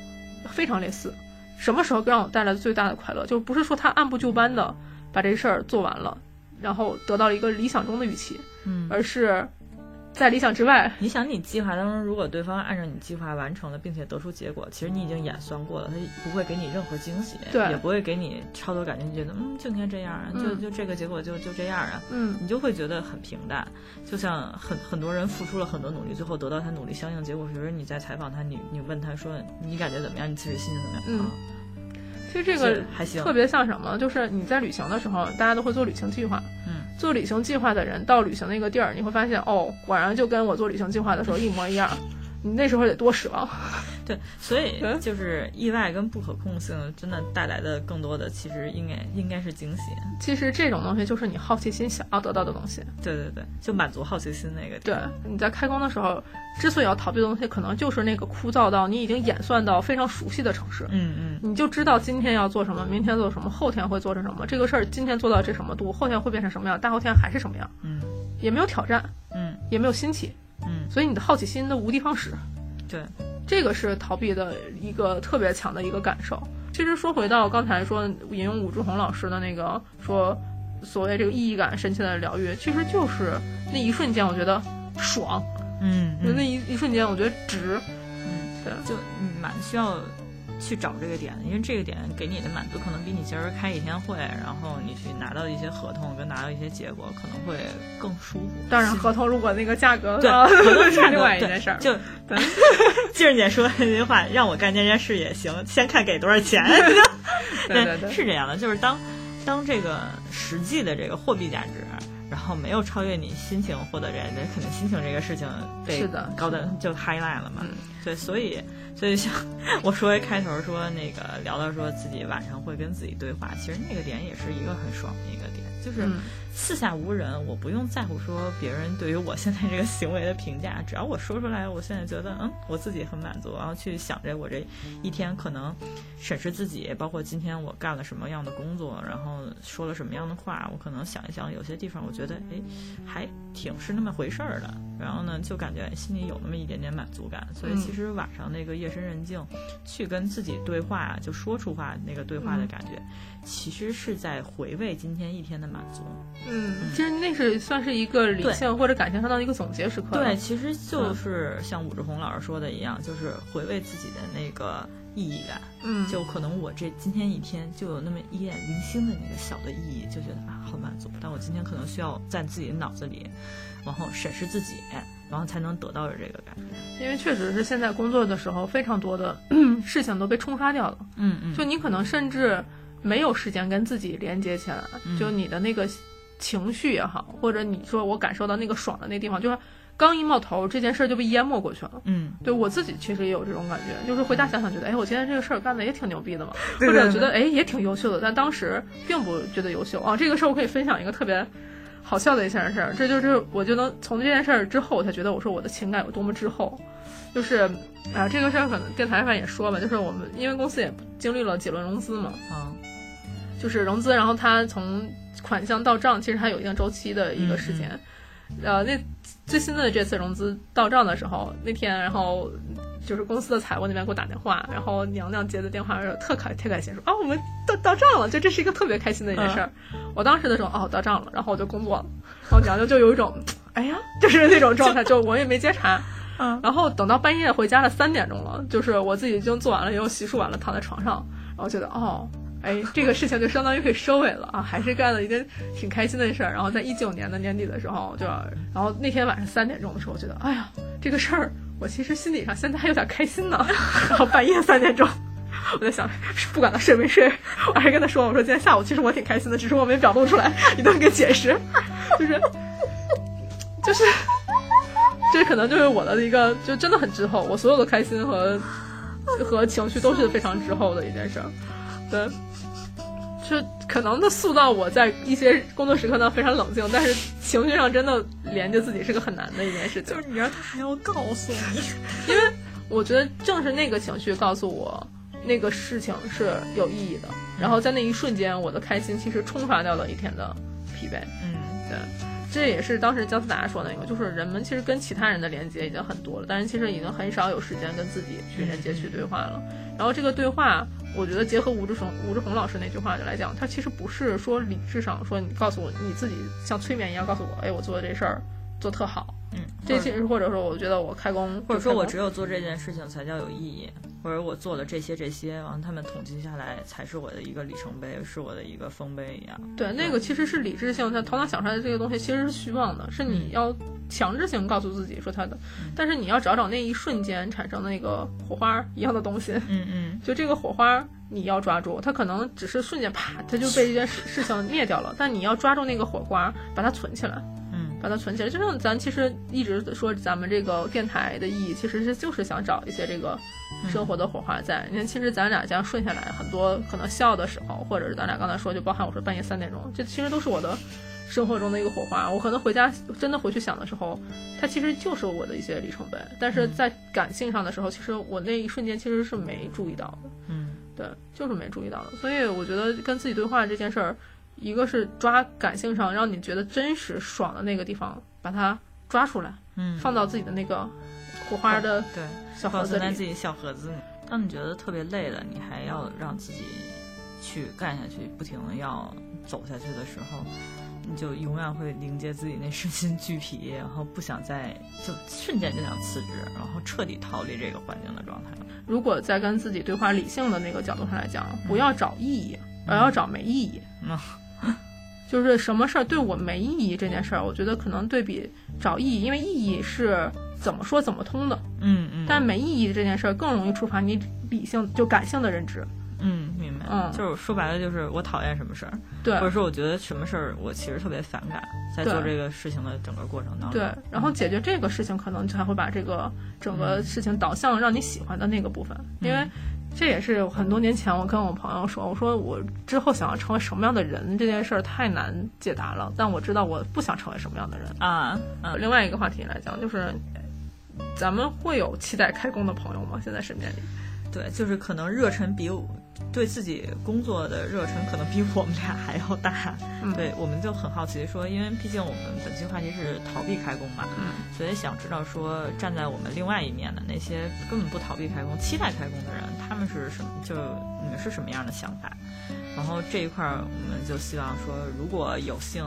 A: 非常类似。什么时候让我带来最大的快乐？就不是说他按部就班的把这事儿做完了，然后得到了一个理想中的预期，
B: 嗯，
A: 而是在理想之外。
B: 你想，你计划当中，如果对方按照你计划完成了，并且得出结果，其实你已经演算过了，他不会给你任何惊喜，
A: 对
B: 也不会给你超多感觉，你觉得嗯就应该这样啊，就
A: 嗯
B: 就这个结果就就这样啊，
A: 嗯
B: 你就会觉得很平淡。就像很很多人付出了很多努力，最后得到他努力相应结果，比如说你在采访他，你你问他说你感觉怎么样，你自己心情怎么样？
A: 嗯
B: 啊
A: 其实这个
B: 还行，
A: 特别像什么？就是你在旅行的时候，大家都会做旅行计划。
B: 嗯，
A: 做旅行计划的人到旅行那个地儿，你会发现哦，果然就跟我做旅行计划的时候一模一样。你那时候得多失望。
B: 对，所以
A: 嗯
B: 就是意外跟不可控性真的带来的更多的，其实应该应该是惊喜。
A: 其实这种东西就是你好奇心想要得到的东西。
B: 对对对，就满足好奇心那个
A: 对
B: 点。，
A: 你在开工的时候，之所以要逃避的东西，可能就是那个枯燥到你已经演算到非常熟悉的城市，
B: 嗯
A: 你就知道今天要做什么，明天做什么，后天会做成什么。这个事儿今天做到这什么度，后天会变成什么样，大后天还是什么样，
B: 嗯
A: 也没有挑战，
B: 嗯
A: 也没有新奇，
B: 嗯
A: 所以你的好奇心都无的放矢。
B: 嗯，对，
A: 这个是逃避的一个特别强的一个感受。其实说回到刚才说引用武志红老师的那个说，所谓这个意义感深切的疗愈，其实就是那一瞬间，我觉得爽。
B: 嗯
A: 就那一一瞬间，我觉得值。
B: 嗯
A: 对
B: 就你蛮需要去找这个点的，因为这个点给你的满足，可能比你今儿开一天会，然后你去拿到一些合同跟拿到一些结果，可能会更舒服。
A: 当然，合同如果那个价格
B: 对
A: 啊
B: 合同
A: 是
B: 价格
A: 另外一
B: 对
A: 件事儿。
B: 就
A: 对，
B: 静儿姐说的那句话，让我干这件事也行，先看给多少钱。
A: 对对对，
B: 是这样的，就是当当这个实际的这个货币价值，然后没有超越你心情获得这，那可能心情这个事情被
A: 是的
B: 高的
A: 是的
B: 就 highlight 了嘛。
A: 嗯
B: 对，所以所以像 我说开头说那个聊到说自己晚上会跟自己对话，其实那个点也是一个很爽的一个点，就是
A: 嗯
B: 四下无人，我不用在乎说别人对于我现在这个行为的评价，只要我说出来，我现在觉得嗯，我自己很满足，然后去想着我这一天可能审视自己，包括今天我干了什么样的工作，然后说了什么样的话，我可能想一想，有些地方我觉得哎，还挺是那么回事儿的，然后呢，就感觉心里有那么一点点满足感，所以
A: 嗯
B: 其实晚上那个夜深人静，去跟自己对话，就说出话那个对话的感觉，其实是在回味今天一天的满足。
A: 嗯，其实那是算是一个理
B: 对
A: 性或者感情上的一个总结时刻了。
B: 对，其实就是像武志红老师说的一样，就是回味自己的那个意义感。
A: 嗯，
B: 就可能我这今天一天就有那么一点零星的那个小的意义，就觉得啊好满足。但我今天可能需要在自己的脑子里，然后审视自己，然后才能得到这个感觉。
A: 因为确实是现在工作的时候，非常多 的事情都被冲刷掉了，
B: 嗯嗯
A: 就你可能甚至没有时间跟自己连接起来，
B: 嗯
A: 就你的那个情绪也好，或者你说我感受到那个爽的那地方，就是刚一冒头，这件事儿就被淹没过去了。
B: 嗯，
A: 对我自己其实也有这种感觉，就是回家想想觉得，哎，我今天这个事儿干的也挺牛逼的嘛，
B: 对
A: 或者
B: 对
A: 觉得哎也挺优秀的，但当时并不觉得优秀啊。这个事儿我可以分享一个特别好笑的一件事儿，这就是我就能从这件事儿之后，我才觉得我说我的情感有多么滞后，就是啊这个事儿可能电台上也说吧，就是我们因为公司也经历了几轮融资嘛，
B: 啊，
A: 就是融资，然后它从款项到账，其实它有一定周期的一个时间。呃，那最新的这次融资到账的时候，那天然后就是公司的财务那边给我打电话，然后娘娘接的电话，特开特开心，说啊我们到到账了，就这是一个特别开心的一件事儿。我当时的时候哦到账了，然后我就工作了，然后娘娘就有一种哎呀，就是那种状态，就我也没接查。
B: 嗯
A: 然后等到半夜回家了三点钟了，就是我自己已经做完了，也有洗漱完了，躺在床上，然后觉得哦，哎，这个事情就相当于可以收尾了啊，还是干了一件挺开心的事儿。然后在一九年的年底的时候，就然后那天晚上三点钟的时候，我觉得哎呀，这个事儿我其实心理上现在还有点开心呢。 然后半夜三点钟。我在想，不管他睡没睡，我还是跟他说，我说今天下午其实我挺开心的，只是我没表露出来，一顿给解释，就是，就是，这可能就是我的一个，就真的很滞后。我所有的开心和和情绪都是非常滞后的一件事儿，对，就可能它塑造我在一些工作时刻呢非常冷静，但是情绪上真的连接自己是个很难的一件事情。
B: 是你让他还要告诉你，
A: 我觉得正是那个情绪告诉我，那个事情是有意义的。然后在那一瞬间，我的开心其实冲刷掉了一天的疲惫。
B: 嗯
A: 对，这也是当时姜思达说的那个，就是人们其实跟其他人的连接已经很多了，但是其实已经很少有时间跟自己去连接、去对话了。然后这个对话，我觉得结合吴志雄、吴志红老师那句话来讲，他其实不是说理智上说你告诉我你自己像催眠一样告诉我，哎，我做的这事儿做特好，
B: 嗯，
A: 这其实或者说我觉得我开工就
B: 或者说
A: 开
B: 我
A: 工
B: 只有做这件事情才叫有意义，或者我做了这些这些，然后他们统计下来才是我的一个里程碑，是我的一个丰碑一样。
A: 对，那个其实是理智性，它头脑想出来的这个东西其实是虚妄的，是你
B: 嗯
A: 要强制性告诉自己说它的，但是你要找找那一瞬间产生的那个火花儿一样的东西，
B: 嗯嗯，
A: 就这个火花儿你要抓住，它可能只是瞬间啪，它就被这件事事情灭掉了，但你要抓住那个火花儿，把它存起来，
B: 嗯，
A: 把它存起来。就像咱其实一直说咱们这个电台的意义，其实是就是想找一些这个生活的火花在。你看，其实咱俩这样顺下来，很多可能笑的时候，或者是咱俩刚才说，就包含我说半夜三点钟，这其实都是我的生活中的一个火花。我可能回家真的回去想的时候，它其实就是我的一些里程碑。但是在感性上的时候，其实我那一瞬间其实是没注意到的。
B: 嗯。
A: 对，就是没注意到的。所以我觉得跟自己对话这件事儿，一个是抓感性上让你觉得真实爽的那个地方，把它抓出来，
B: 嗯，
A: 放到自己的那个火花的
B: 对，
A: 小盒
B: 保
A: 子
B: 存在
A: 里。
B: 自己小盒子里。当你觉得特别累了，你还要让自己去干下去，不停的要走下去的时候，你就永远会迎接自己那身心俱疲，然后不想再就瞬间就想辞职，然后彻底逃离这个环境的状态。
A: 如果在跟自己对话理性的那个角度上来讲，不要找意义，而要找没意义。
B: 嗯
A: 就是什么事儿对我没意义这件事儿，我觉得可能对比找意义，因为意义是怎么说怎么通的，
B: 嗯嗯，
A: 但没意义这件事儿更容易触发你理性就感性的认知。
B: 嗯明面，
A: 嗯
B: 就是说白了就是我讨厌什么事儿，
A: 对
B: 或者说我觉得什么事儿我其实特别反感，在
A: 对
B: 做这个事情的整个过程当中，嗯
A: 对，然后解决这个事情，可能才会把这个整个事情导向让你喜欢的那个部分，因
B: 嗯
A: 为。这也是很多年前我跟我朋友说，我说我之后想要成为什么样的人这件事儿太难解答了，但我知道我不想成为什么样的人。
B: 啊，嗯，
A: 另外一个话题来讲，就是咱们会有期待开工的朋友吗？现在身边里，
B: 对，就是可能热忱比我对自己工作的热忱可能比我们俩还要大，
A: 嗯
B: 对，我们就很好奇说，因为毕竟我们本期话题是逃避开工嘛，
A: 嗯
B: 所以想知道说站在我们另外一面的那些根本不逃避开工、期待开工的人，他们是什么？就你们是什么样的想法？然后这一块儿，我们就希望说，如果有幸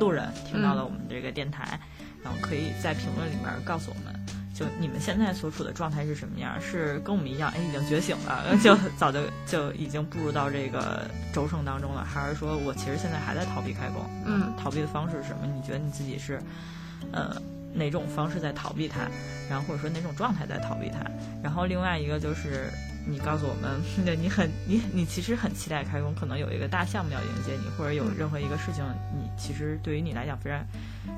B: 路人听到了我们这个电台，然后可以在评论里面告诉我们。就你们现在所处的状态是什么样？是跟我们一样，哎，已经觉醒了，就早就就已经步入到这个轴承当中了，还是说我其实现在还在逃避开工？
A: 嗯，
B: 逃避的方式是什么？你觉得你自己是，呃，哪种方式在逃避它？然后或者说哪种状态在逃避它？然后另外一个就是你告诉我们， 对你很你你其实很期待开工，可能有一个大项目要迎接你，或者有任何一个事情，你其实对于你来讲非常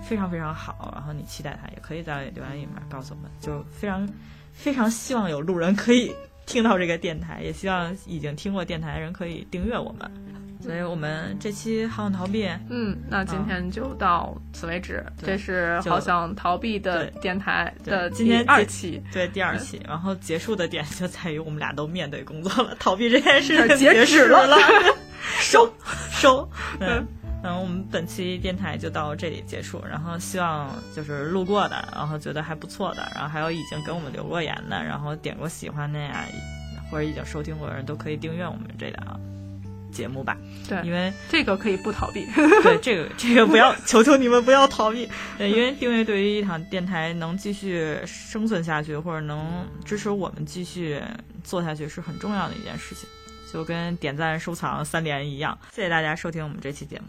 B: 非常非常好，然后你期待它，也可以在留言里面告诉我们，就非常非常希望有路人可以。听到这个电台，也希望已经听过电台的人可以订阅我们。所以我们这期《好想逃避》
A: 嗯，那今天就到此为止。
B: 对
A: 这是
B: 就
A: 好想逃避的
B: 对
A: 电台
B: 对
A: 的
B: 今天
A: 第二期，
B: 对，第二
A: 嗯
B: 期，然后结束的点就在于我们俩都面对工作了，逃避这件事
A: 这
B: 情
A: 儿截止
B: 止
A: 嗯了
B: 了，收收，嗯。嗯，我们本期电台就到这里结束，然后希望就是路过的，然后觉得还不错的，然后还有已经给我们留过言的，然后点过喜欢的呀，或者已经收听过的人都可以订阅我们这档节目吧。
A: 对
B: 因为
A: 这个可以不逃避。
B: 对这个这个不要，求求你们不要逃避。 对，因为订阅对于一场电台能继续生存下去，或者能支持我们继续做下去，是很重要的一件事情。就跟点赞、收藏三连一样。谢谢大家收听我们这期节目，